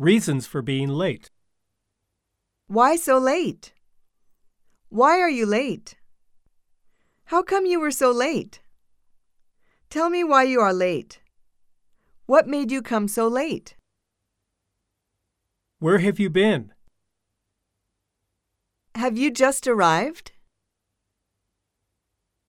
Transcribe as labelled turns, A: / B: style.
A: Reasons for being late.
B: Why so late? Why are you late? How come you were so late? Tell me why you are late. What made you come so late?
A: Where have you been?
B: Have you just arrived?